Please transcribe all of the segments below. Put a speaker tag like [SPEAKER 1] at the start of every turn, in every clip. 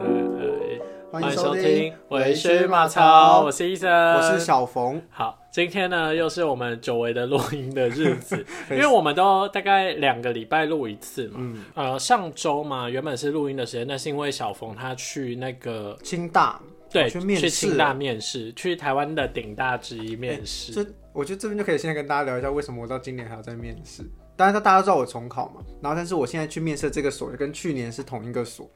[SPEAKER 1] 嗯欢
[SPEAKER 2] 欢
[SPEAKER 1] 迎
[SPEAKER 2] 迎
[SPEAKER 1] 收
[SPEAKER 2] 收
[SPEAKER 1] 听
[SPEAKER 2] 听
[SPEAKER 1] 《
[SPEAKER 2] 呃《
[SPEAKER 1] 微
[SPEAKER 2] 微
[SPEAKER 1] 醺
[SPEAKER 2] 醺
[SPEAKER 1] 马
[SPEAKER 2] 马
[SPEAKER 1] 槽
[SPEAKER 2] 槽》，
[SPEAKER 1] 我是医生，
[SPEAKER 2] 我是。小冯，
[SPEAKER 1] 好，今天呢又是我们久违的录音的日 子，因为我们都大概两个礼拜录一次嘛。
[SPEAKER 2] 嗯，
[SPEAKER 1] 呃，上周嘛，原本是录音的时间，但是因为小冯他去那个
[SPEAKER 2] 清大，
[SPEAKER 1] 对
[SPEAKER 2] 我去面试
[SPEAKER 1] 清大面试，去台湾的顶大之一面试。
[SPEAKER 2] 这我觉得这边就可以现在跟大家聊一下，为什么我到今年还要在面试。当然，大家都知道我重考嘛，然后但是我现在去面试这个所，就跟去年是同一个所。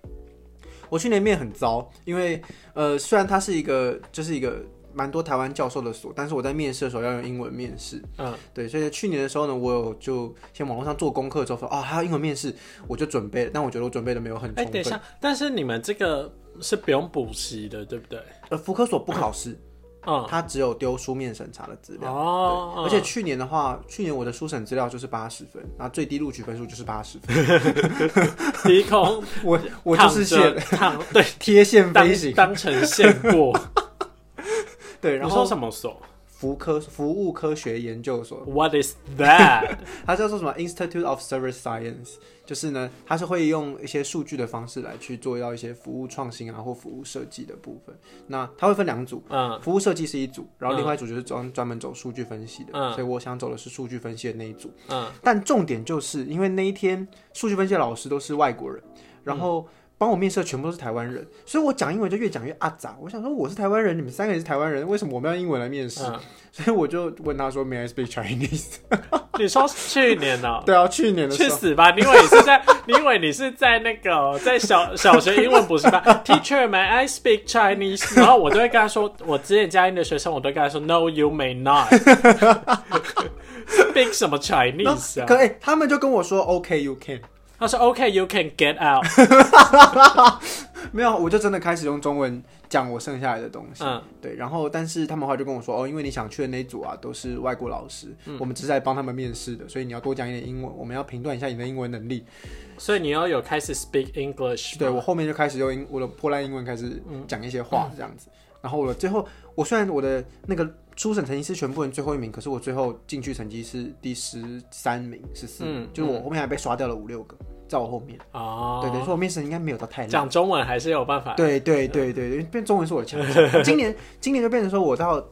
[SPEAKER 2] 我去年面很糟，因为呃，虽然它是一个就是一个蛮多台湾教授的所，但是我在面试的时候要用英文面试。
[SPEAKER 1] 嗯，
[SPEAKER 2] 对，所以去年的时候呢，我有就先网络上做功课之后说，哦，还有英文面试，我就准备了，但我觉得我准备的没有很
[SPEAKER 1] 哎、
[SPEAKER 2] 充
[SPEAKER 1] 等一
[SPEAKER 2] 分。
[SPEAKER 1] 下，但是你们这个是不用补习的，对不对？
[SPEAKER 2] 呃，福科所不考试，
[SPEAKER 1] 嗯，
[SPEAKER 2] 它只有丢书面审查的资料。
[SPEAKER 1] 哦，
[SPEAKER 2] 对而且去年的话，去年我的书审资料就是八十分，然后最低录取分数就是八十分。
[SPEAKER 1] 低空
[SPEAKER 2] 我 我就是
[SPEAKER 1] 躺
[SPEAKER 2] 线
[SPEAKER 1] 着躺 对
[SPEAKER 2] 贴线
[SPEAKER 1] 当
[SPEAKER 2] 飞行，
[SPEAKER 1] 当成线过。
[SPEAKER 2] 对，然
[SPEAKER 1] 你说
[SPEAKER 2] 后
[SPEAKER 1] 什么所
[SPEAKER 2] 服科服务科学研究所，
[SPEAKER 1] ？What is that？
[SPEAKER 2] 它叫做什么 Institute of Service Science，就是呢，它是会用一些数据的方式来去做到一些服务创新啊或服务设计的部分。那它会分两组，
[SPEAKER 1] 嗯
[SPEAKER 2] 服务设计是一组，然后另外一组就是专专门走数据分析的，
[SPEAKER 1] 嗯
[SPEAKER 2] 所以我想走的是数据分析的那一组。
[SPEAKER 1] 嗯
[SPEAKER 2] 但重点就是因为那一天数据分析的老师都是外国人，然后帮我面试的全部都是台湾人，所以我讲英文就越讲越阿杂。我想说我是台湾人，你们三个也是台湾人，为什么我们要用英文来面试？
[SPEAKER 1] 嗯，
[SPEAKER 2] 所以我就问他说，May I speak Chinese？
[SPEAKER 1] 你说去年 呢、
[SPEAKER 2] 对啊，去年的时
[SPEAKER 1] 去
[SPEAKER 2] 候。
[SPEAKER 1] 死吧！你以为你是在， 你以为你是在那个哦在小小学英文补习 班，Teacher may I speak Chinese？然后我都会跟他说，我之前嘉音的学生，我都跟他说，No you may not speak 什么
[SPEAKER 2] 然后
[SPEAKER 1] Chinese
[SPEAKER 2] 可
[SPEAKER 1] 啊？
[SPEAKER 2] 哎、他们就跟我说 “OK, you can”，
[SPEAKER 1] 他说 OK you can get out。
[SPEAKER 2] 没有，我就真的开始用中文讲我剩下来的东西。
[SPEAKER 1] 嗯
[SPEAKER 2] 对，然后但是他们后来就跟我说，哦，因为你想去的那一组啊都是外国老师，我们只是来帮他们面试的，所以你要多讲一点英文，我们要评断一下你的英文能力。
[SPEAKER 1] 所以你要有开始 speak English 吗。
[SPEAKER 2] 对我后面就开始用英我的破烂英文开始
[SPEAKER 1] 嗯
[SPEAKER 2] 讲一些话这样子，然后我的最后我虽然我的那个初审成绩是全部人最后一名，可是我最后进去成绩是第十三名、十四名，
[SPEAKER 1] 嗯
[SPEAKER 2] 就是我后面还被刷掉了五六个，在我后面。
[SPEAKER 1] 哦，
[SPEAKER 2] 对对，所以我面试应该没有到太烂。
[SPEAKER 1] 讲中文还是有办法。
[SPEAKER 2] 对对对对对，变中文是我的强 项。今年今年就变成说我到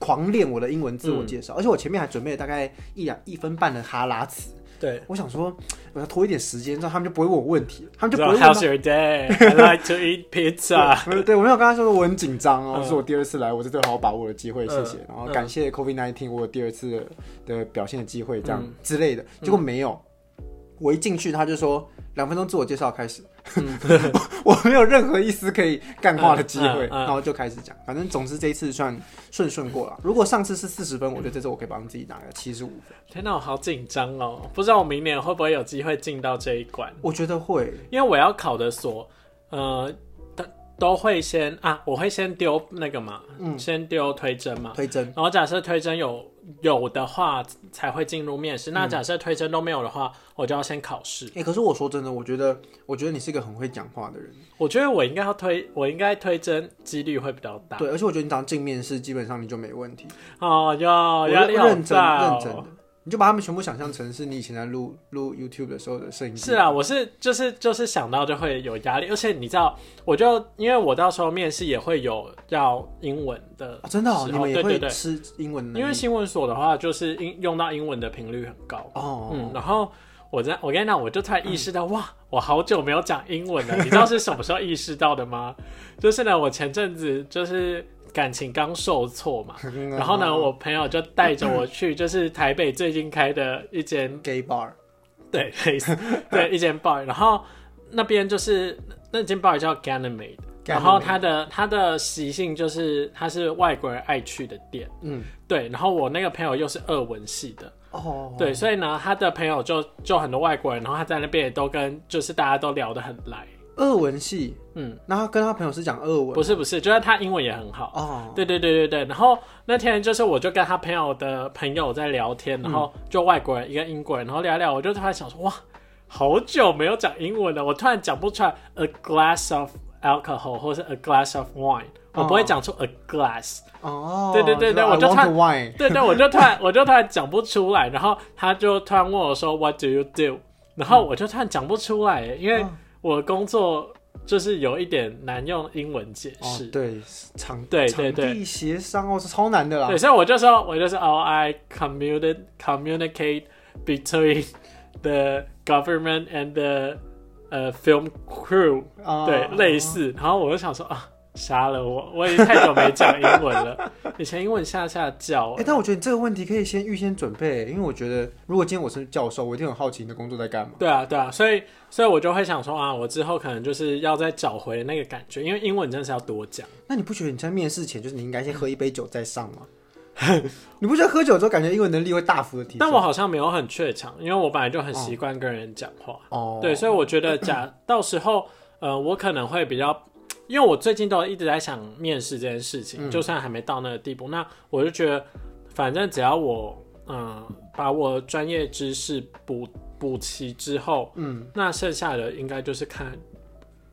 [SPEAKER 2] 狂练我的英文自
[SPEAKER 1] 嗯
[SPEAKER 2] 我介绍，而且我前面还准备了大概一两一分半的哈拉词。
[SPEAKER 1] 对，
[SPEAKER 2] 我想说，我要拖一点时间，这样他们就不会问我问题了，他们就不会问到
[SPEAKER 1] How's your day? I like to eat pizza.
[SPEAKER 2] 对对，我没有跟他说我很紧张哦，
[SPEAKER 1] 嗯
[SPEAKER 2] 是我第二次来，我这次好好把握的机会，谢谢
[SPEAKER 1] 嗯。
[SPEAKER 2] 然后感谢 COVID 1 9我有第二次的的表现的机会，这样
[SPEAKER 1] 嗯
[SPEAKER 2] 之类的。结果没有，我一进去他就说两分钟自我介绍开始，
[SPEAKER 1] 嗯
[SPEAKER 2] 我我没有任何一丝可以干话的机会，
[SPEAKER 1] 嗯嗯嗯
[SPEAKER 2] 然后就开始讲。反正总之这一次算顺顺过了。如果上次是四十分，我觉得这次我可以帮自己拿个七十五分，
[SPEAKER 1] 天哪，我好紧张哦！不知道我明年会不会有机会进到这一关，
[SPEAKER 2] 我觉得会。
[SPEAKER 1] 因为我要考的所，呃，都都会先啊，我会先丢那个嘛，
[SPEAKER 2] 嗯
[SPEAKER 1] 先丢推甄嘛，
[SPEAKER 2] 推甄，
[SPEAKER 1] 然后假设推甄有有的话才会进入面试，
[SPEAKER 2] 嗯
[SPEAKER 1] 那假设推甄都没有的话，我就要先考试。
[SPEAKER 2] 哎、可是我说真的，我觉得，我觉得你是一个很会讲话的人，
[SPEAKER 1] 我觉得我应该要推，我应该推甄几率会比较大。
[SPEAKER 2] 对，而且我觉得你早上进面试，基本上你就没问题。
[SPEAKER 1] 哦
[SPEAKER 2] 我
[SPEAKER 1] 哟，压
[SPEAKER 2] 认
[SPEAKER 1] 力好
[SPEAKER 2] 认真
[SPEAKER 1] 大哦
[SPEAKER 2] 认真的，你就把他们全部想象成是你以前在录录 YouTube 的时候的摄影机。
[SPEAKER 1] 是啊，我是就是就是想到就会有压力，而且你知道，我就因为我到时候面试也会有要英文的时候、
[SPEAKER 2] 哦真的、哦，你们也
[SPEAKER 1] 对
[SPEAKER 2] 会
[SPEAKER 1] 对
[SPEAKER 2] 吃英文
[SPEAKER 1] 对，
[SPEAKER 2] 能
[SPEAKER 1] 因为
[SPEAKER 2] 力
[SPEAKER 1] 新闻所的话就是英用到英文的频率很高，
[SPEAKER 2] 哦，嗯
[SPEAKER 1] 嗯，然后我在我跟你讲，我就突然意识到、哇，我好久没有讲英文了，你知道是什么时候意识到的吗？就是呢，我前阵子就是感情刚受挫嘛，
[SPEAKER 2] 嗯
[SPEAKER 1] 然后
[SPEAKER 2] 哦
[SPEAKER 1] 呢，我朋友就带着我去就是台北最近开的一间
[SPEAKER 2] gay bar
[SPEAKER 1] 对， 类似 对一间 bar，然后那边就是那间 bar 叫 Ganymede，然后它的它的习性就是它是外国人爱去的店，
[SPEAKER 2] 嗯
[SPEAKER 1] 对，然后我那个朋友又是俄文系的，
[SPEAKER 2] 哦，
[SPEAKER 1] 对，所以呢，他的朋友就就很多外国人，然后他在那边也都跟就是大家都聊得很来，
[SPEAKER 2] 俄文啊系，
[SPEAKER 1] 嗯，
[SPEAKER 2] 那他跟他朋友是讲俄文
[SPEAKER 1] 不是不是，就是他英文也很好，
[SPEAKER 2] 哦，
[SPEAKER 1] 对对对对对，然后那天就是我就跟他朋友的朋友在聊天，然后就外国人一个英国人，然后聊一聊，我就突然想说，哇，好久没有讲英文了，我突然讲不出来 a glass of alcohol 或是 a glass of wine，我不会讲出 a glass，、
[SPEAKER 2] 哦，
[SPEAKER 1] 对对对对
[SPEAKER 2] 就是
[SPEAKER 1] 我就
[SPEAKER 2] I want
[SPEAKER 1] 看
[SPEAKER 2] to wine，
[SPEAKER 1] 对对，我就突然我就突然讲不出来，然后他就突然问我说 What do you do？然后我就突然讲不出来，因为我的工作就是有一点难用英文解
[SPEAKER 2] 哦
[SPEAKER 1] 释。，
[SPEAKER 2] 对，场
[SPEAKER 1] 对对
[SPEAKER 2] 场
[SPEAKER 1] 对
[SPEAKER 2] 地协商哦，是超难的啦
[SPEAKER 1] 对，。所以我就说，我就是哦，I communicate communicate between the government and the 呃 film crew，
[SPEAKER 2] 啊
[SPEAKER 1] 对，类。似。然后我就想说啊，杀了我，我已经太久没讲英文了，以前英文下下叫、
[SPEAKER 2] 哎、但我觉得你这个问题可以先预先准备，因为我觉得如果今天我是教授，我一定很好奇你的工作在干嘛。
[SPEAKER 1] 对啊，对啊，所以所以我就会想说啊，我之后可能就是要再找回那个感觉，因为英文真的是要多讲。
[SPEAKER 2] 那你不觉得你在面试前就是你应该先喝一杯酒再上吗？ 你不觉得喝酒之后感觉英文能力会大幅的提升？
[SPEAKER 1] 但我好像没有很怯场，因为我本来就很习惯跟人讲话。
[SPEAKER 2] 哦，
[SPEAKER 1] 对，所以我觉得 假到时候，呃，我可能会比较，因为我最近都一直在想面试这件事情，
[SPEAKER 2] 嗯
[SPEAKER 1] 就算还没到那个地步，那我就觉得，反正只要我，嗯、把我专业知识补补齐之后，
[SPEAKER 2] 嗯，
[SPEAKER 1] 那剩下的应该就是看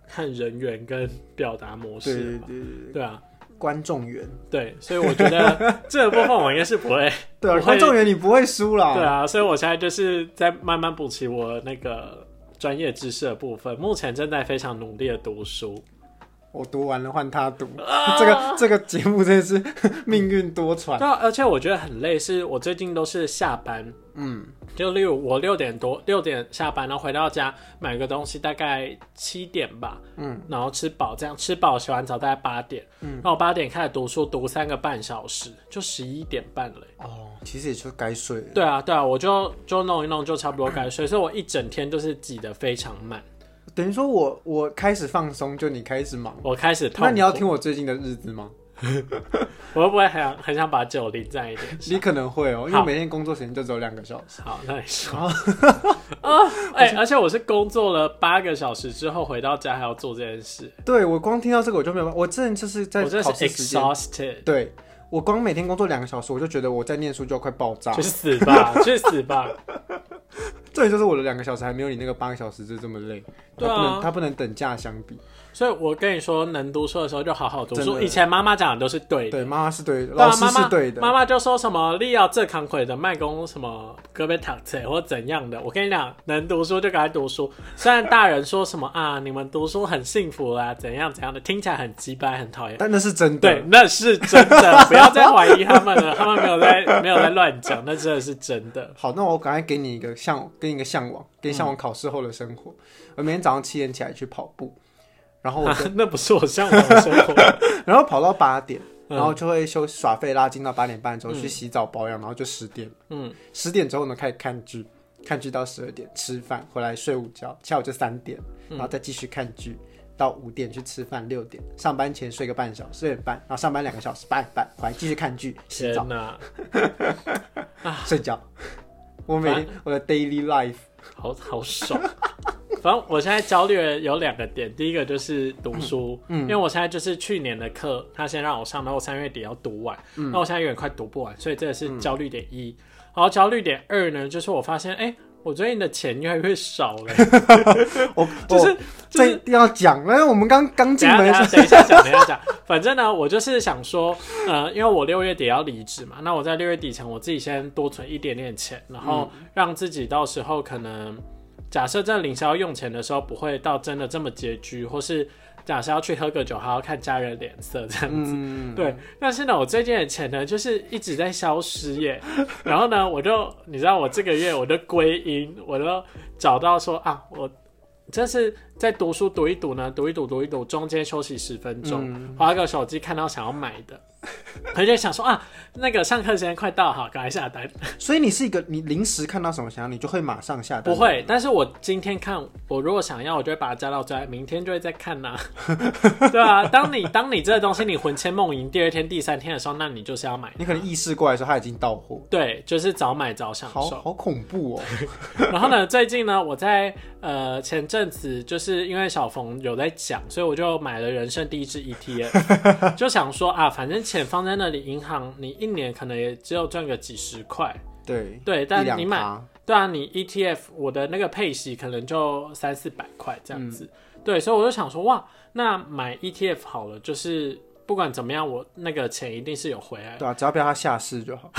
[SPEAKER 1] 看人员跟表达模
[SPEAKER 2] 对
[SPEAKER 1] 式
[SPEAKER 2] 对
[SPEAKER 1] 了吧，
[SPEAKER 2] 对对，
[SPEAKER 1] 对啊，
[SPEAKER 2] 观众缘，
[SPEAKER 1] 对，所以我觉得 这个部分我应该是不会，
[SPEAKER 2] 对啊，
[SPEAKER 1] 我会
[SPEAKER 2] 观众缘你不会输啦。
[SPEAKER 1] 对啊，所以我现在就是在慢慢补齐我那个专业知识的部分，目前正在非常努力的读书。
[SPEAKER 2] 嗯我读完了换他读，
[SPEAKER 1] 啊
[SPEAKER 2] 这个这个节目真的是 命运多舛。
[SPEAKER 1] 对啊，而且我觉得很累，是我最近都是下班，
[SPEAKER 2] 嗯，
[SPEAKER 1] 就例如我六点多六点下班，然后回到家买个东西，大概七点吧，
[SPEAKER 2] 嗯，
[SPEAKER 1] 然后吃饱，这样吃饱洗完澡大概八点，嗯，然后我八点开始读书，读三个半小时，就十一点半了欸。
[SPEAKER 2] 哦，其实也就该睡了。
[SPEAKER 1] 对啊，对啊，我就就弄一弄，就差不多该睡，所以我一整天就是挤得非常满。
[SPEAKER 2] 等于说我我开始放松，就你开始忙。
[SPEAKER 1] 我开始痛苦，
[SPEAKER 2] 那你要听我最近的日子吗？
[SPEAKER 1] 我会不会很想很想把酒淋在一点？
[SPEAKER 2] 你可能会哦，因为
[SPEAKER 1] 好
[SPEAKER 2] 每天工作时间就只有两个小时。
[SPEAKER 1] 好，那你说 啊？哎、而且我是工作了八个小时之后回到家还要做这件事，
[SPEAKER 2] 对我光听到这个我就没有办法，我真的就是在
[SPEAKER 1] 我真的
[SPEAKER 2] 考
[SPEAKER 1] 是
[SPEAKER 2] 试时间，
[SPEAKER 1] exhausted，
[SPEAKER 2] 对我光每天工作两个小时，我就觉得我在念书就要快爆炸
[SPEAKER 1] 去。死吧， 去死吧！
[SPEAKER 2] 这也就是我的两个小时还没有你那个八个小时就这么累，
[SPEAKER 1] 对
[SPEAKER 2] 它
[SPEAKER 1] 啊
[SPEAKER 2] 不能它不能等价相比。
[SPEAKER 1] 所以我跟你说，能读书的时候就好好读
[SPEAKER 2] 真
[SPEAKER 1] 书。
[SPEAKER 2] 的
[SPEAKER 1] 以前妈妈讲的都是对的，
[SPEAKER 2] 对，妈妈是对的，
[SPEAKER 1] 对啊
[SPEAKER 2] 老师
[SPEAKER 1] 妈妈
[SPEAKER 2] 是对的。
[SPEAKER 1] 妈妈就说什么利要这扛鬼的卖工什么胳膊躺腿或怎样的。我跟你讲，能读书就赶快读书。虽然大人说什么啊，你们读书很幸福啦，怎样怎样的，听起来很鸡掰，很讨厌。
[SPEAKER 2] 但那是真的。
[SPEAKER 1] 对，那是真的，不要再怀疑他 们了，他们没有在没有在乱讲，那真的是真的。
[SPEAKER 2] 好，那我赶快给你一个向，给你一个向往，给你向
[SPEAKER 1] 嗯
[SPEAKER 2] 往考试后的生活。我每天早上七点起来去跑步，然后我
[SPEAKER 1] 啊、 那不是我向往的生活，
[SPEAKER 2] 然后跑到八点，
[SPEAKER 1] 嗯
[SPEAKER 2] 然后就会休耍费拉筋到八点半之后去洗澡保养，然后就十点，
[SPEAKER 1] 嗯，
[SPEAKER 2] 十点之后呢开始看剧，看剧到十二点吃饭，回来睡午觉，下午就三点，
[SPEAKER 1] 嗯
[SPEAKER 2] 然后再继续看剧。到五点去吃饭，六点上班前睡个半小时，六点半，然后上班两个小时，八点半回来继续看剧、洗
[SPEAKER 1] 天
[SPEAKER 2] 澡、
[SPEAKER 1] 哪，
[SPEAKER 2] 睡觉。 我每
[SPEAKER 1] 啊
[SPEAKER 2] 天我的 daily life
[SPEAKER 1] 好好爽。反正我现在焦虑的有两个点，第一个就是读书，
[SPEAKER 2] 嗯
[SPEAKER 1] 因为我现在就是去年的课，他先让我上，然后我三月底要读完，
[SPEAKER 2] 嗯
[SPEAKER 1] 那我现在有点快读不完，所以这个是焦虑点一。然后焦虑点二呢，就是我发现，哎、我最近的钱越来越少 了，
[SPEAKER 2] 我
[SPEAKER 1] 就是就
[SPEAKER 2] 这
[SPEAKER 1] 是
[SPEAKER 2] 一定要讲，因为我们刚刚进
[SPEAKER 1] 等一下
[SPEAKER 2] 门的时候，
[SPEAKER 1] 等一下讲，等一下讲。 反正呢，我就是想说，呃，因为我六月底要离职嘛，那我在六月底前，我自己先多存一点点钱，然后
[SPEAKER 2] 嗯
[SPEAKER 1] 让自己到时候可能，假设真的临时要用钱的时候，不会到真的这么拮据，或是假设要去喝个酒，还要看家人脸色这样子。
[SPEAKER 2] 嗯，
[SPEAKER 1] 对，但是呢，我最近的钱呢，就是一直在消失耶。然后呢，我就你知道，我这个月我就归因，我就找到说啊，我这是在读书读一读呢，读一读读一读，中间休息十分钟，划个手机看到想要买的，而且想说啊，那个上课时间快到，好，赶快下单。
[SPEAKER 2] 所以你是一个你临时看到什么想要，你就会马上下
[SPEAKER 1] 不
[SPEAKER 2] 单。
[SPEAKER 1] 会，但是我今天看，我如果想要，我就会把它加到最爱，明天就会再看呐、对啊，当你当你这个东西你魂牵梦萦，第二天、第三天的时候，那你就是要买
[SPEAKER 2] 你可能意识过来的时候，他已经到货，
[SPEAKER 1] 对，就是早买早享
[SPEAKER 2] 好
[SPEAKER 1] 受。
[SPEAKER 2] 好恐怖哦。
[SPEAKER 1] 然后呢，最近呢，我在呃前阵子就是因为小冯有在讲，所以我就买了人生第一支 ETF，就 想说啊，反正钱放在那里，银行你一年可能也只有赚个几十块，
[SPEAKER 2] 对
[SPEAKER 1] 对，
[SPEAKER 2] 一
[SPEAKER 1] 但
[SPEAKER 2] 两
[SPEAKER 1] 你买
[SPEAKER 2] 趴
[SPEAKER 1] 对啊，你 ETF 我的那个配息可能就三四百块这样子，对，所以我就想说，哇，那买 ETF E 好了，就是不管怎么样，我那个钱一定是有回来。
[SPEAKER 2] 对啊，只要不要他下市就好。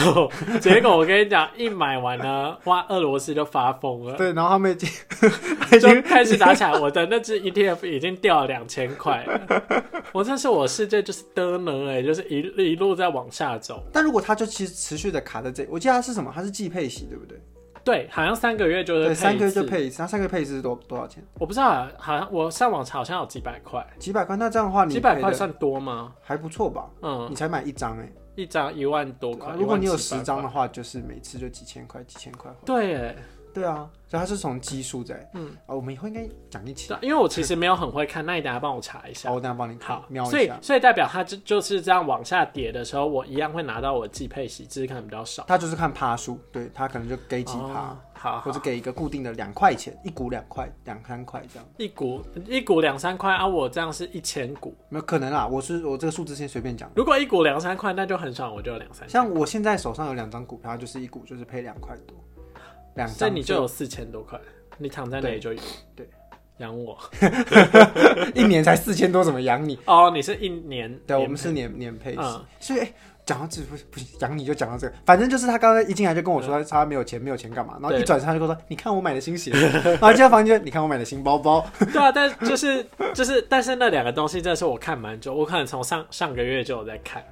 [SPEAKER 1] 结果我跟你讲，一买完呢，哇，俄罗斯就发疯了，
[SPEAKER 2] 对，然后他们已经已
[SPEAKER 1] 就
[SPEAKER 2] 经
[SPEAKER 1] 开始打起来。我的那只 ETF 已经掉了两千块了，我这是我世界就是的呢，哎，就是一一路在往下走。
[SPEAKER 2] 但如果它就其实持续的卡在这里，我记得它是什么？它是季配息，对不对？
[SPEAKER 1] 对，好像三个月就是
[SPEAKER 2] 对，
[SPEAKER 1] 呃配
[SPEAKER 2] 三个
[SPEAKER 1] 一
[SPEAKER 2] 月
[SPEAKER 1] 次
[SPEAKER 2] 就，配一次，它三个月配一次是多多少钱？
[SPEAKER 1] 我不知道啊，好像我上网查好像有几百块，
[SPEAKER 2] 几百块。那这样的话你
[SPEAKER 1] 几百
[SPEAKER 2] 赔
[SPEAKER 1] 块
[SPEAKER 2] 得
[SPEAKER 1] 算多吗？
[SPEAKER 2] 还不错吧？
[SPEAKER 1] 嗯，
[SPEAKER 2] 你才买一张哎、
[SPEAKER 1] 一张一万多块，
[SPEAKER 2] 如果你
[SPEAKER 1] 1700
[SPEAKER 2] 有
[SPEAKER 1] 块
[SPEAKER 2] 十张的，话，就是每次就几千块，几千块。
[SPEAKER 1] 对欸耶，
[SPEAKER 2] 对啊，所以它是从基数在。
[SPEAKER 1] 嗯
[SPEAKER 2] 嗯，啊，我们以后应该讲一起。
[SPEAKER 1] 对因为我其实没有很会看，那你等下帮我查一下
[SPEAKER 2] 好，。我等一下帮你看
[SPEAKER 1] 好
[SPEAKER 2] 瞄，
[SPEAKER 1] 所
[SPEAKER 2] 一
[SPEAKER 1] 以
[SPEAKER 2] 下。
[SPEAKER 1] 所以代表它就就是这样往下跌的时候，我一样会拿到我季配息，只是可能比较少。
[SPEAKER 2] 他就是看趴数，对他可能就给几趴
[SPEAKER 1] 哦，好，
[SPEAKER 2] 或者给一个固定的两块钱，一股两块，两三块这样。
[SPEAKER 1] 一股一股两三块啊，我这样是一千股。
[SPEAKER 2] 没有可能啦，我是我这个数字先随便讲。
[SPEAKER 1] 如果一股两三块，那就很爽，我就有两三块。
[SPEAKER 2] 像我现在手上有两张股票，就是一股就是配两块多，两
[SPEAKER 1] 所以
[SPEAKER 2] 张
[SPEAKER 1] 你就有四千多块，你躺在那里就有。
[SPEAKER 2] 对，
[SPEAKER 1] 养我
[SPEAKER 2] 一年才四千多，怎么养你？
[SPEAKER 1] 哦，你是一年，
[SPEAKER 2] 对，啊
[SPEAKER 1] 年
[SPEAKER 2] 我们是年年配息
[SPEAKER 1] 嗯，
[SPEAKER 2] 所以哎讲、到这不不行，养你就讲到这个，反正就是他刚才一进来就跟我说他他没有钱，没有钱干嘛，然后
[SPEAKER 1] 对
[SPEAKER 2] 一转身他就跟我说，你看我买的新鞋， 然后进到房间，你看我买的新包包，
[SPEAKER 1] 对啊，但就是就是，但是那两个东西真的是我看蛮久，我可能从上上个月就有在看。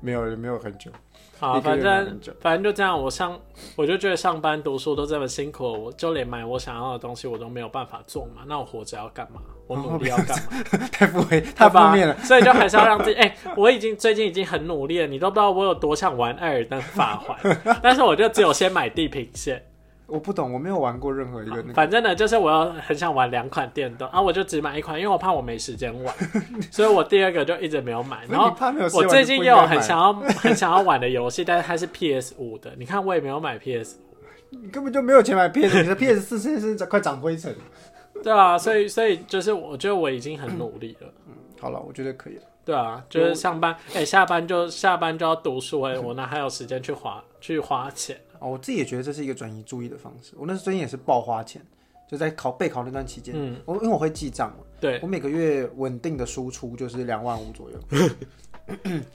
[SPEAKER 2] 没有没有很久，
[SPEAKER 1] 好，
[SPEAKER 2] 一个
[SPEAKER 1] 反
[SPEAKER 2] 月
[SPEAKER 1] 正
[SPEAKER 2] 很久
[SPEAKER 1] 反正就这样，我上我就觉得上班读书都这么辛苦，我就连买我想要的东西我都没有办法做嘛，那我活着要干嘛？我努力要干嘛？
[SPEAKER 2] 太负面， 太
[SPEAKER 1] 对吧
[SPEAKER 2] 负面了。，
[SPEAKER 1] 所以就还是要让自己。哎、 我已经最近已经很努力了，你都不知道我有多想玩艾尔登法环， 但是我就只有先买地平线。
[SPEAKER 2] 我不懂，我没有玩过任何一个那个，
[SPEAKER 1] 反正呢，就是我要很想玩两款电动啊，我就只买一款，因为我怕我没时间 玩，所以我第二个就一直没有买。然后
[SPEAKER 2] 你怕没有试
[SPEAKER 1] 我
[SPEAKER 2] 玩
[SPEAKER 1] 最近
[SPEAKER 2] 就不
[SPEAKER 1] 也
[SPEAKER 2] 应该
[SPEAKER 1] 有
[SPEAKER 2] 买
[SPEAKER 1] 很想要很想要玩的游戏，但是它是 PS 五的，你看我也没有买 PS，
[SPEAKER 2] 你根本就没有钱买 PS，你的 PS 四现在是快长灰尘。
[SPEAKER 1] 对啊，所以所以就是我觉得我已经很努力了，
[SPEAKER 2] 好了，我觉得可以了。
[SPEAKER 1] 对啊，就是上班哎、下班就下班就要读书哎、我哪还有时间去花去花钱？
[SPEAKER 2] 哦，我自己也觉得这是一个转移注意的方式。我那时候最近也是爆花钱，就在考备考那段期间，
[SPEAKER 1] 嗯哎
[SPEAKER 2] 我因为我会记账嘛，
[SPEAKER 1] 对
[SPEAKER 2] 我每个月稳定的输出就是两万五左右，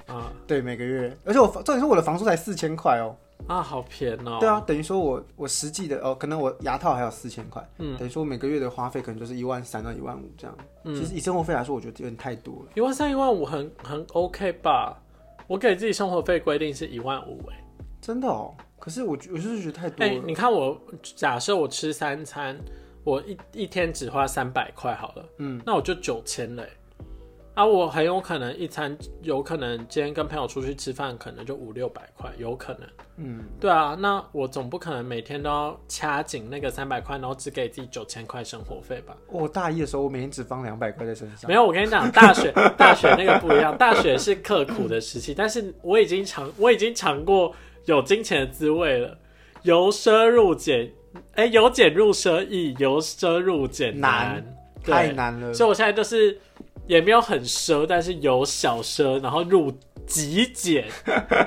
[SPEAKER 1] 啊
[SPEAKER 2] 对，每个月，而且我重点是我的房租才四千块哦，
[SPEAKER 1] 啊，好便宜哦，
[SPEAKER 2] 对啊，等于说我我实际的哦，可能我牙套还有四千块，
[SPEAKER 1] 嗯
[SPEAKER 2] 等于说我每个月的花费可能就是一万三到一万五这样，
[SPEAKER 1] 嗯
[SPEAKER 2] 其实以生活费来说，我觉得有点太多了。
[SPEAKER 1] 一万三一万五很很 OK 吧？我给自己生活费规定是一万五哎。
[SPEAKER 2] 真的哦，可是我觉我就是觉得太多
[SPEAKER 1] 哎、
[SPEAKER 2] 了，
[SPEAKER 1] 你看我假设我吃三餐，我一一天只花三百块好了，
[SPEAKER 2] 嗯，
[SPEAKER 1] 那我就九千嘞。啊，我很有可能一餐有可能今天跟朋友出去吃饭，可能就五六百块，有可能。
[SPEAKER 2] 嗯，
[SPEAKER 1] 对啊，那我总不可能每天都要掐紧那个三百块，然后只给自己九千块生活费吧？
[SPEAKER 2] 我大一的时候，我每天只放两百块在身上，
[SPEAKER 1] 没有，我跟你讲，大 学大学那个不一样，大学是刻苦的时期，但是我已经尝我已经尝过有金钱的滋味了，由奢入俭，哎、由俭入奢易，由奢入俭难，对
[SPEAKER 2] 太难了。
[SPEAKER 1] 所以我现在就是也没有很奢，但是由小奢然后入极 简，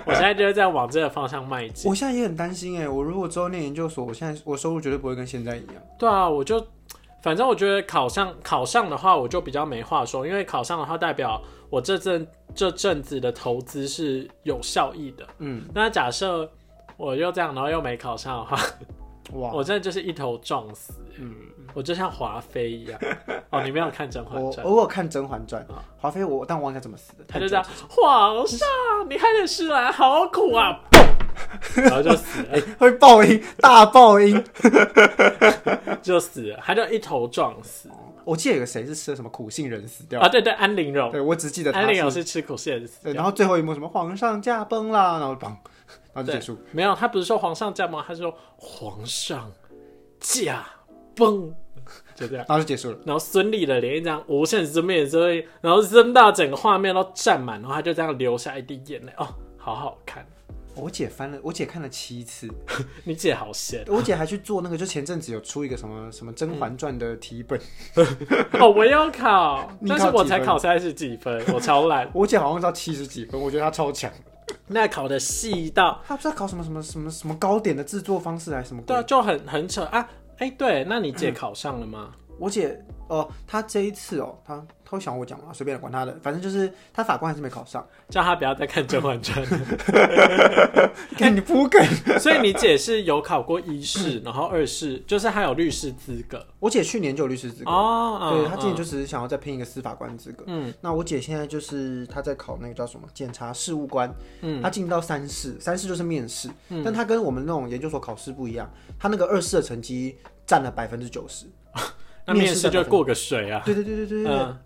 [SPEAKER 1] 我现在就是在往这个方向迈进。
[SPEAKER 2] 我现在也很担心哎、我如果之后念研究所，我现在我收入绝对不会跟现在一样。
[SPEAKER 1] 对啊，我就反正我觉得考上考上的话，我就比较没话说，因为考上的话代表我这阵这阵子的投资是有效益的。
[SPEAKER 2] 嗯，
[SPEAKER 1] 那假设我又这样，然后又没考上的话，
[SPEAKER 2] 哇，
[SPEAKER 1] 我真的就是一头撞死，
[SPEAKER 2] 嗯，
[SPEAKER 1] 我就像华妃一样。哦，你没有看《甄嬛
[SPEAKER 2] 我
[SPEAKER 1] 传》？
[SPEAKER 2] 偶尔看《甄嬛传》
[SPEAKER 1] 啊
[SPEAKER 2] 华妃我但我忘记她怎么死的，
[SPEAKER 1] 他
[SPEAKER 2] 太
[SPEAKER 1] 就
[SPEAKER 2] 久
[SPEAKER 1] 这样
[SPEAKER 2] 了，
[SPEAKER 1] 皇上，你害的是来好苦 啊！砰，然后就死了，
[SPEAKER 2] 会爆音， 大爆音。
[SPEAKER 1] 就死了，他就一头撞死
[SPEAKER 2] 我记得有个谁是吃了什么苦杏仁死掉，
[SPEAKER 1] 啊！对对，安陵容，
[SPEAKER 2] 对我只记得
[SPEAKER 1] 安
[SPEAKER 2] 她
[SPEAKER 1] 陵容
[SPEAKER 2] 是，
[SPEAKER 1] 是吃苦杏仁死
[SPEAKER 2] 对，
[SPEAKER 1] 掉
[SPEAKER 2] 然。后最后一幕什么皇上驾崩啦，然后砰，然后就
[SPEAKER 1] 对
[SPEAKER 2] 结束。
[SPEAKER 1] 没有，他不是说皇上驾崩，他是说皇上驾崩，就这样。
[SPEAKER 2] 然后就结束了，
[SPEAKER 1] 然后孙俪的脸一张无限之面之类，然后扔到整个画面都占满，然后他就这样流下一滴眼泪，哦，好好看。
[SPEAKER 2] 我姐翻了，我姐看了七次，
[SPEAKER 1] 你姐好闲
[SPEAKER 2] 我姐还去做那个，就前阵子有出一个什么什么《甄嬛传》的题本，
[SPEAKER 1] 哦！我要考，
[SPEAKER 2] 你考
[SPEAKER 1] 但
[SPEAKER 2] 几分
[SPEAKER 1] 是我才考三十几分，我超懒。
[SPEAKER 2] 我姐好像到七十几分，我觉得她超强。
[SPEAKER 1] 那考的细到，
[SPEAKER 2] 她不知道搞什么什么什么什么糕点的
[SPEAKER 1] 啊
[SPEAKER 2] 制作方式还是什么鬼
[SPEAKER 1] 对啊，就很很扯啊！哎，对，那你姐考上了吗？
[SPEAKER 2] 我姐哦，他这一次哦，他他会想我讲吗？啊随便管他的，反正就是他法官还是没考上。
[SPEAKER 1] 叫他不要再看《甄嬛传
[SPEAKER 2] 看你不梗，》。
[SPEAKER 1] 所以你姐是有考过一试，然后二试，就是她有律师资格
[SPEAKER 2] 我姐去年就有律师资格，
[SPEAKER 1] 哦
[SPEAKER 2] 对她之前
[SPEAKER 1] 就
[SPEAKER 2] 就只是想要再拼一个司法官资格。
[SPEAKER 1] 嗯
[SPEAKER 2] 那我姐现在就是她在考那个叫什么检察事务官，
[SPEAKER 1] 嗯
[SPEAKER 2] 她进到三试，三试就是面试，
[SPEAKER 1] 嗯
[SPEAKER 2] 但她跟我们那种研究所考试不一样，她那个二试的成绩占了百分之九十。
[SPEAKER 1] 那
[SPEAKER 2] 面
[SPEAKER 1] 面
[SPEAKER 2] 试
[SPEAKER 1] 试就
[SPEAKER 2] 的
[SPEAKER 1] 过个水啊。
[SPEAKER 2] 对对对对对对，对
[SPEAKER 1] 嗯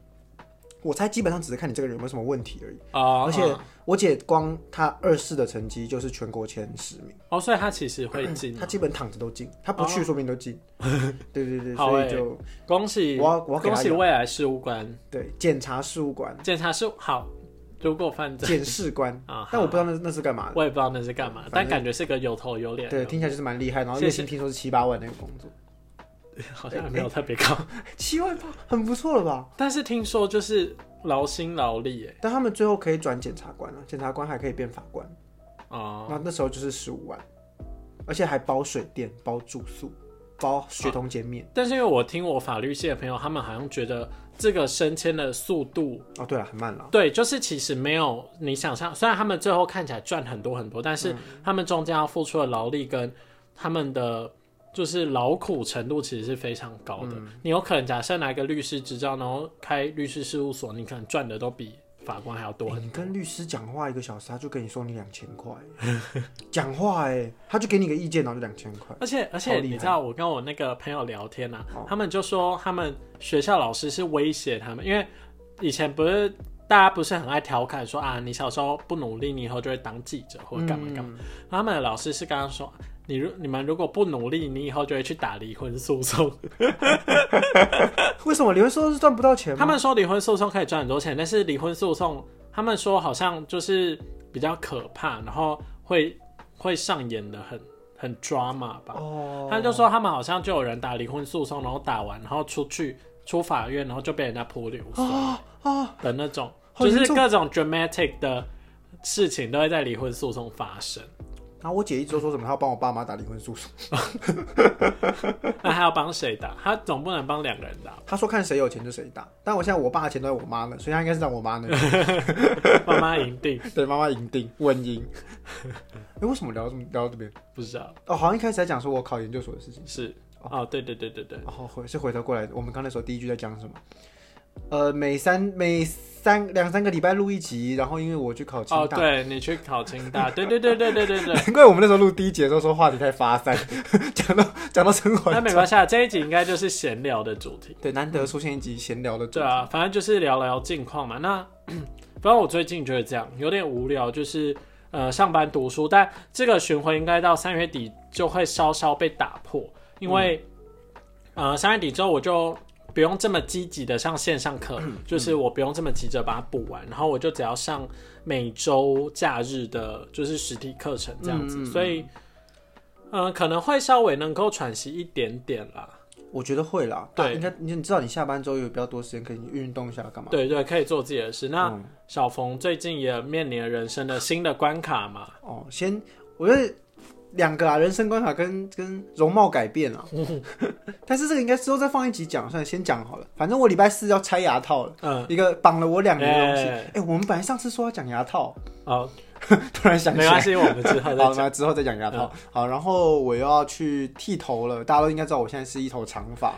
[SPEAKER 2] 我猜基本上只是看你这个人有没有什么问题而已。
[SPEAKER 1] 哦，
[SPEAKER 2] 而且
[SPEAKER 1] 嗯
[SPEAKER 2] 我姐光她二试的成绩就是全国前十名，嗯
[SPEAKER 1] 哦，所以她其实会进
[SPEAKER 2] 她。基本躺着都进，她不去说不定都进。 对对对，
[SPEAKER 1] 哦好
[SPEAKER 2] 所以
[SPEAKER 1] 欸
[SPEAKER 2] 就
[SPEAKER 1] 恭喜，
[SPEAKER 2] 我要我要给
[SPEAKER 1] 恭
[SPEAKER 2] 她
[SPEAKER 1] 喜未来事务官
[SPEAKER 2] 对检察事务官、
[SPEAKER 1] 检察事好，如果犯罪，
[SPEAKER 2] 检视官
[SPEAKER 1] 啊，
[SPEAKER 2] 但我不知
[SPEAKER 1] 道，
[SPEAKER 2] 道那那是干嘛的。
[SPEAKER 1] 我也不知道那是干嘛，
[SPEAKER 2] 反
[SPEAKER 1] 但
[SPEAKER 2] 正
[SPEAKER 1] 感觉是个有头有脸的，
[SPEAKER 2] 对，听起来就是蛮厉害，然后
[SPEAKER 1] 哎谢
[SPEAKER 2] 月
[SPEAKER 1] 谢
[SPEAKER 2] 薪听说是七八万那个工作，
[SPEAKER 1] 好像也没有特别高。
[SPEAKER 2] 七万八很不错了吧？
[SPEAKER 1] 但是听说就是劳心劳力，哎，
[SPEAKER 2] 但他们最后可以转检察官啊，检察官还可以变法官，
[SPEAKER 1] 哦，
[SPEAKER 2] 那那时候就是十五万，而且还包水电、包住宿、包
[SPEAKER 1] 啊
[SPEAKER 2] 学童减免。
[SPEAKER 1] 但是因为我听我法律系的朋友，他们好像觉得这个升迁的速度，
[SPEAKER 2] 哦，对了，很慢了，
[SPEAKER 1] 对，就是其实没有你想象。虽然他们最后看起来赚很多很多，但是他们中间要付出的劳力跟他们的就是劳苦程度其实是非常高的。你有可能假设拿一个律师执照，然后开律师事务所，你可能赚的都比法官还要多
[SPEAKER 2] 欸
[SPEAKER 1] 很
[SPEAKER 2] 你
[SPEAKER 1] 多。
[SPEAKER 2] 跟律师讲话一个小时，他就跟你收你两千块， 讲话哎、他就给你个意见，然后就两千块。
[SPEAKER 1] 而且而
[SPEAKER 2] 好
[SPEAKER 1] 且
[SPEAKER 2] 厉害
[SPEAKER 1] 你知道，我跟我那个朋友聊天啊，
[SPEAKER 2] 哦
[SPEAKER 1] 他们就说他们学校老师是威胁他们，因为以前不是大家不是很爱调侃说啊，你小时候不努力，你以后就会当记者或者干嘛干嘛。
[SPEAKER 2] 嘛？
[SPEAKER 1] 然后他们的老师是刚刚说，你如你们如果不努力，你以后就会去打离婚诉讼。
[SPEAKER 2] 为什么离婚收入是赚不到钱吗？
[SPEAKER 1] 他们说离婚诉讼可以赚很多钱，但是离婚诉讼他们说好像就是比较可怕，然后会会上演的很很 drama 吧。
[SPEAKER 2] 哦，
[SPEAKER 1] 他就说他们好像就有人打离婚诉讼，然后打完，然后出去出法院，然后就被人家泼硫酸
[SPEAKER 2] 啊啊，
[SPEAKER 1] 的那种，
[SPEAKER 2] 好
[SPEAKER 1] 就
[SPEAKER 2] 严
[SPEAKER 1] 是
[SPEAKER 2] 重
[SPEAKER 1] 各种 dramatic 的事情都会在离婚诉讼发 生。
[SPEAKER 2] 然后我姐一直都说什么，她要帮我爸妈打离婚诉讼，
[SPEAKER 1] 那还要帮谁打？他总不能帮两个人打吧，
[SPEAKER 2] 她说看谁有钱就谁打。但我现在我爸的钱都在我妈那，所以她应该是让我妈那边。
[SPEAKER 1] 妈妈赢定，
[SPEAKER 2] 对，妈妈赢定，稳赢。哎、为什么聊到这么聊到这边？
[SPEAKER 1] 不知道
[SPEAKER 2] 哦，好像一开始在讲说我考研究所的事情。
[SPEAKER 1] 是哦，对对对对对，
[SPEAKER 2] 哦，回是回头过来，我们刚才说第一句在讲什么？呃，每三每三两三个礼拜录一集，然后因为我去考清
[SPEAKER 1] 哦，
[SPEAKER 2] 大，
[SPEAKER 1] 对你去考清大，对对对对对对对。
[SPEAKER 2] 难怪我们那时候录第一节的时候说话题太发散， 讲到讲到生活
[SPEAKER 1] 那，没关系，啊，这一集应该就是闲聊的主题。
[SPEAKER 2] 对，难得出现一集闲聊的主
[SPEAKER 1] 对
[SPEAKER 2] 题。
[SPEAKER 1] 啊，反正就是聊聊近况嘛。那 反正我最近就是这样，有点无聊，就是呃上班读书，但这个巡回应该到三月底就会稍稍被打破，因为、
[SPEAKER 2] 嗯
[SPEAKER 1] 呃三月底之后我就。不用这么积极的上线上课，
[SPEAKER 2] 嗯
[SPEAKER 1] 就是我不用这么急着把它补完，然后我就只要上每周假日的，就是实体课程这样子，
[SPEAKER 2] 嗯嗯嗯
[SPEAKER 1] 所以，嗯、可能会稍微能够喘息一点点啦。
[SPEAKER 2] 我觉得会啦，
[SPEAKER 1] 对
[SPEAKER 2] 啊应该你你知道你下班之后有比较多时间可以运动一下干嘛？
[SPEAKER 1] 对对，可以做自己的事。那
[SPEAKER 2] 嗯
[SPEAKER 1] 小冯最近也面临了人生的新的关卡嘛，
[SPEAKER 2] 哦，先我觉得两个啊，人生观法跟跟容貌改 变啊， 但是这个应该之后再放一集讲，算了，先讲好了。反正我礼拜四要拆牙套了，
[SPEAKER 1] 嗯，
[SPEAKER 2] 一个绑了我两年的东西。哎、
[SPEAKER 1] 哎
[SPEAKER 2] 我们本来上次说要讲牙套，
[SPEAKER 1] 哦，
[SPEAKER 2] 突然想起
[SPEAKER 1] 没关
[SPEAKER 2] 来。
[SPEAKER 1] 系，我们之后 再
[SPEAKER 2] 好了，
[SPEAKER 1] 讲。嗯
[SPEAKER 2] 那之后再讲牙套。好，然后我又要去剃头了。大家都应该知道，我现在是一头长发。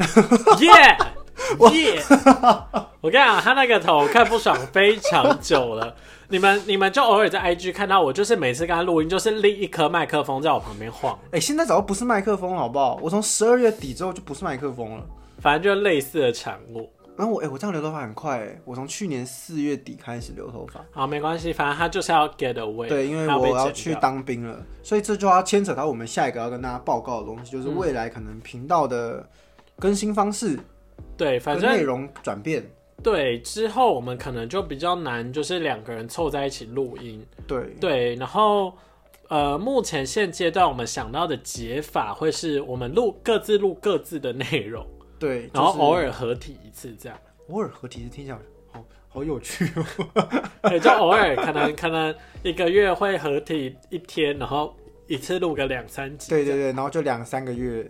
[SPEAKER 1] Yes，Yeah，Yeah 我跟你讲，他那个头我看不爽非常久了。你们你们就偶尔在 IG 看到我，就是每次跟他录音，就是立一颗麦克风在我旁边晃，
[SPEAKER 2] 哎、现在早就不是麦克风了，好不好？我从十二月底之后就不是麦克风了。
[SPEAKER 1] 反正就类似的产物。
[SPEAKER 2] 然后我哎、我这样留头发很快哎、我从去年四月底开始留头发。
[SPEAKER 1] 好，没关系，反正他就是要 get away。
[SPEAKER 2] 对，因为
[SPEAKER 1] 他被
[SPEAKER 2] 我要
[SPEAKER 1] 剪
[SPEAKER 2] 去
[SPEAKER 1] 掉嗯
[SPEAKER 2] 当兵了，所以这就要牵扯到我们下一个要跟大家报告的东西，就是未来可能频道的更新方式、
[SPEAKER 1] 对，反
[SPEAKER 2] 跟
[SPEAKER 1] 正
[SPEAKER 2] 内容转变。
[SPEAKER 1] 对之后我们可能就比较难，就是两个人凑在一起录音。
[SPEAKER 2] 对，
[SPEAKER 1] 对，然后呃，目前现阶段我们想到的解法会是我们录各自录各自的内容，
[SPEAKER 2] 对，
[SPEAKER 1] 然后
[SPEAKER 2] 就是
[SPEAKER 1] 偶尔合体一次这样。
[SPEAKER 2] 偶尔合体，听起来好好有趣哦。
[SPEAKER 1] 对，就偶尔可能可能一个月会合体一天，然后一次录个两三集。
[SPEAKER 2] 对对对，然后就两三个月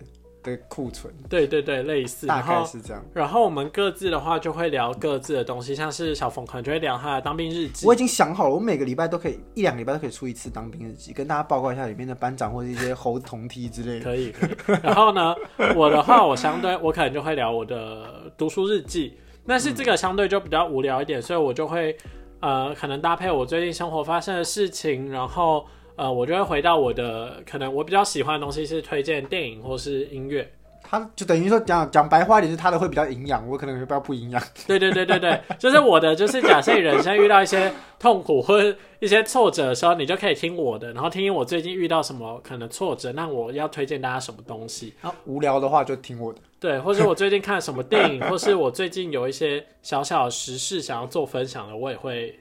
[SPEAKER 2] 的库存，
[SPEAKER 1] 对对对，类似。
[SPEAKER 2] 大
[SPEAKER 1] 然
[SPEAKER 2] 概
[SPEAKER 1] 后
[SPEAKER 2] 是这样。
[SPEAKER 1] 然后我们各自的话就会聊各自的东西，像是小冯可能就会聊他的当兵日记
[SPEAKER 2] 我。已经想好了，我每个礼拜都可以一两个礼拜都可以出一次当兵日记，跟大家报告一下里面的班长或者一些猴同梯之类的。
[SPEAKER 1] 可以，可以。然后呢，我的话，我相对我可能就会聊我的读书日记，但是这个相对就比较无聊一点，所以我就会呃，可能搭配我最近生活发生的事情，然后呃，我就会回到我的可能我比较喜欢的东西是推荐电影或是音乐。
[SPEAKER 2] 他就等于说讲讲白话一点，就是他的会比较营养，我可能会比较不营养。
[SPEAKER 1] 对对对对对，就是我的，就是假设你人生遇到一些痛苦或者一些挫折的时候，你就可以听我的，然后听听我最近遇到什么可能挫折，那我要推荐大家什么东西。
[SPEAKER 2] 然后无聊的话就听 我的。
[SPEAKER 1] 对，或 是我最近看什么电影，或是我最近有一些小小的时事想要做分享的，我也会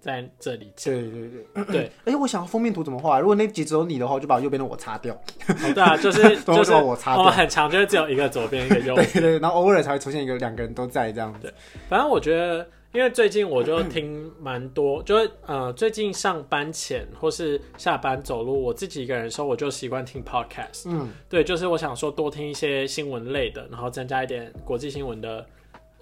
[SPEAKER 1] 在这 里讲。
[SPEAKER 2] 对对对。
[SPEAKER 1] 对，
[SPEAKER 2] 哎，我想要封面图怎么画？如果那集只有你的话，我就把右边的我擦掉。
[SPEAKER 1] 哦对啊，就是
[SPEAKER 2] 懂
[SPEAKER 1] 就是
[SPEAKER 2] 懂我擦掉
[SPEAKER 1] 们很常就是只有一个左边一个右
[SPEAKER 2] 对。对对，然后偶尔才会出现一个两个人都在这样子。
[SPEAKER 1] 反正我觉得，因为最近我就听蛮多， 就是呃，最近上班前或是下班走路，我自己一个人的时候，我就习惯听 podcast。
[SPEAKER 2] 嗯，
[SPEAKER 1] 对，就是我想说多听一些新闻类的，然后增加一点国际新闻的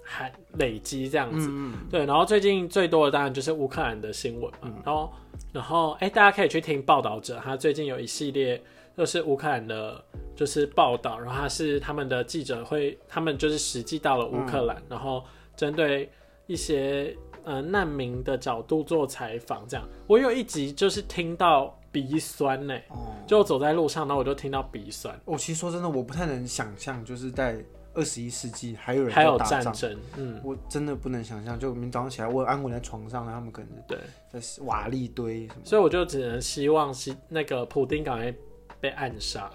[SPEAKER 1] 含累积这样子。
[SPEAKER 2] 嗯嗯，
[SPEAKER 1] 对，然后最近最多的当然就是乌克兰的新闻嘛。然后，然后哎，大家可以去听报道者，他最近有一系列就是乌克兰的，就是报道，然后他是他们的记者会，他们就是实际到了乌克
[SPEAKER 2] 嗯
[SPEAKER 1] 兰，然后针对一些呃难民的角度做采访，这样。我有一集就是听到鼻酸呢、
[SPEAKER 2] 哦，
[SPEAKER 1] 就走在路上，然后我就听到鼻酸，
[SPEAKER 2] 我哦其实说真的，我不太能想象，就是在二十一世纪还有人
[SPEAKER 1] 还
[SPEAKER 2] 在
[SPEAKER 1] 有
[SPEAKER 2] 打
[SPEAKER 1] 战
[SPEAKER 2] 仗。
[SPEAKER 1] 争，嗯，
[SPEAKER 2] 我真的不能想象，就我明天早上起来，我安稳在床上，他们可能
[SPEAKER 1] 对。
[SPEAKER 2] 在瓦砾堆什么。
[SPEAKER 1] 所以我就只能希望是那个普丁赶快被暗杀，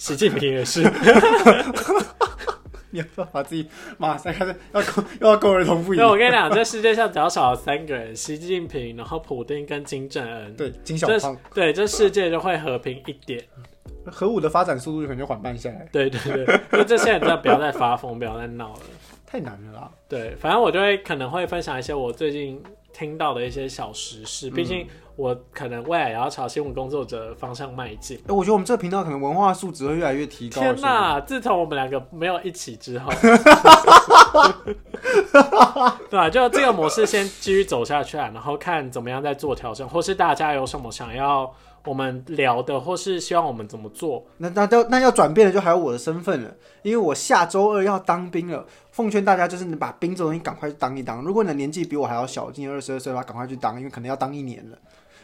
[SPEAKER 1] 习近平也 是。
[SPEAKER 2] 你要不要把自己马上开始要跟又要跟儿童不一
[SPEAKER 1] 对，我
[SPEAKER 2] 样？
[SPEAKER 1] 跟你讲，这世界上只要少了三个人，习近平，然后普丁跟金正恩，
[SPEAKER 2] 对，金小
[SPEAKER 1] 这
[SPEAKER 2] 胖
[SPEAKER 1] 对这世界就会和平一点。
[SPEAKER 2] 核武的发展速度可能就缓慢下来，
[SPEAKER 1] 对对对，就这些人真的不要再发疯，不要再闹了。
[SPEAKER 2] 太难了啦。
[SPEAKER 1] 对，反正我就会可能会分享一些我最近听到的一些小时事，毕竟我可能未来也要朝新闻工作者的方向迈进。
[SPEAKER 2] 哎、我觉得我们这个频道可能文化素质会越来越提高。
[SPEAKER 1] 天哪！自从我们两个没有一起之 后，对啊，就这个模式先继续走下去啊，然后看怎么样再做调整，或是大家有什么想要我们聊的，或是希望我们怎么做。
[SPEAKER 2] 那那要那要转变的就还有我的身份了，因为我下周二要当兵了。奉劝大家就是你把兵这种东西赶快去当一当。如果你的年纪比我还要小，今年二十二岁的话，赶快去当，因为可能要当一年了。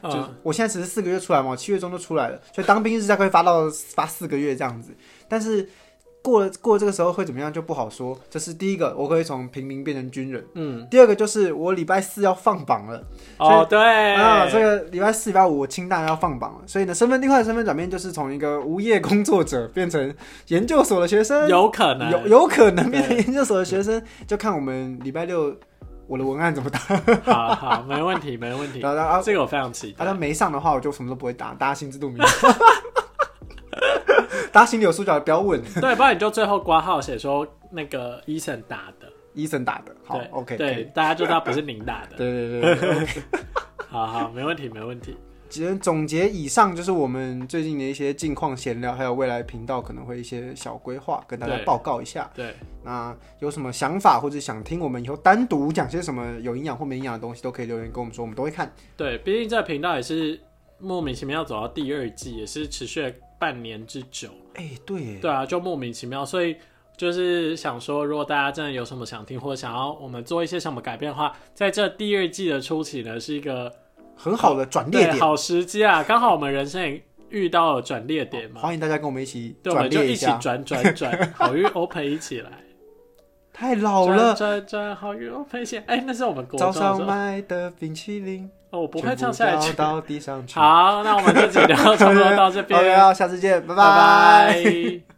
[SPEAKER 2] 就是
[SPEAKER 1] 嗯，
[SPEAKER 2] 我现在只是四个月出来嘛，我七月中就出来了，所以当兵日大概会发到发四个月这样子。但是过了过了这个时候会怎么样就不好说。这是第一个，我会从平民变成军人。
[SPEAKER 1] 嗯，
[SPEAKER 2] 第二个就是我礼拜四要放榜了。
[SPEAKER 1] 哦，对，
[SPEAKER 2] 啊，这个礼拜四、礼拜五我清大要放榜了，所以呢，身份另外的身份转变就是从一个无业工作者变成研究所的学生，
[SPEAKER 1] 有可能
[SPEAKER 2] 有有可能变成研究所的学生，就看我们礼拜六我的文案怎么打。
[SPEAKER 1] 好好，没问题，没问题。
[SPEAKER 2] 然后啊，
[SPEAKER 1] 这个我非常期
[SPEAKER 2] 啊，
[SPEAKER 1] 待。
[SPEAKER 2] 他没上的话，我就什么都不会打，大家心知肚 明。大家心里有数，脚不要问
[SPEAKER 1] 对，不然你就最后挂号写说那个医生打的，
[SPEAKER 2] 医生打的。好
[SPEAKER 1] 对
[SPEAKER 2] ，OK，可
[SPEAKER 1] 对
[SPEAKER 2] 以，
[SPEAKER 1] 大家就知道不是您打的。
[SPEAKER 2] 对对对对。
[SPEAKER 1] 好好，没问题，没问题。
[SPEAKER 2] 其实总结以上就是我们最近的一些近况闲聊，还有未来频道可能会一些小规划，跟大家
[SPEAKER 1] 对
[SPEAKER 2] 报告一下。
[SPEAKER 1] 对，
[SPEAKER 2] 那有什么想法或者想听我们以后单独讲些什么有营养或没营养的东西，都可以留言跟我们说，我们都会看。
[SPEAKER 1] 对，毕竟这个频道也是莫名其妙走到第二季，也是持续了半年之久。
[SPEAKER 2] 哎、对耶，
[SPEAKER 1] 对啊，就莫名其妙，所以就是想说，如果大家真的有什么想听，或者想要我们做一些什么改变的话，在这第二季的初期呢，是一个
[SPEAKER 2] 很好的转
[SPEAKER 1] 对
[SPEAKER 2] 捩点，
[SPEAKER 1] 好时机啊，刚好我们人生也遇到了转捩点嘛，
[SPEAKER 2] 欢迎大家跟我们一起
[SPEAKER 1] 对，我
[SPEAKER 2] 哦转
[SPEAKER 1] 们就
[SPEAKER 2] 捩
[SPEAKER 1] 一起
[SPEAKER 2] 下。
[SPEAKER 1] 转转 转，好运 open 一起来，
[SPEAKER 2] 太老了，
[SPEAKER 1] 转转转，好运 open 一起来，哎，那是我们国中
[SPEAKER 2] 早
[SPEAKER 1] 的时候
[SPEAKER 2] 上，买的冰淇淋，
[SPEAKER 1] 哦，我不
[SPEAKER 2] 全
[SPEAKER 1] 会
[SPEAKER 2] 部
[SPEAKER 1] 唱下来
[SPEAKER 2] 掉
[SPEAKER 1] 去。
[SPEAKER 2] 到地上去。
[SPEAKER 1] 好，那我们这集聊差不多到这边
[SPEAKER 2] OK，，好，下次见，拜
[SPEAKER 1] 拜拜。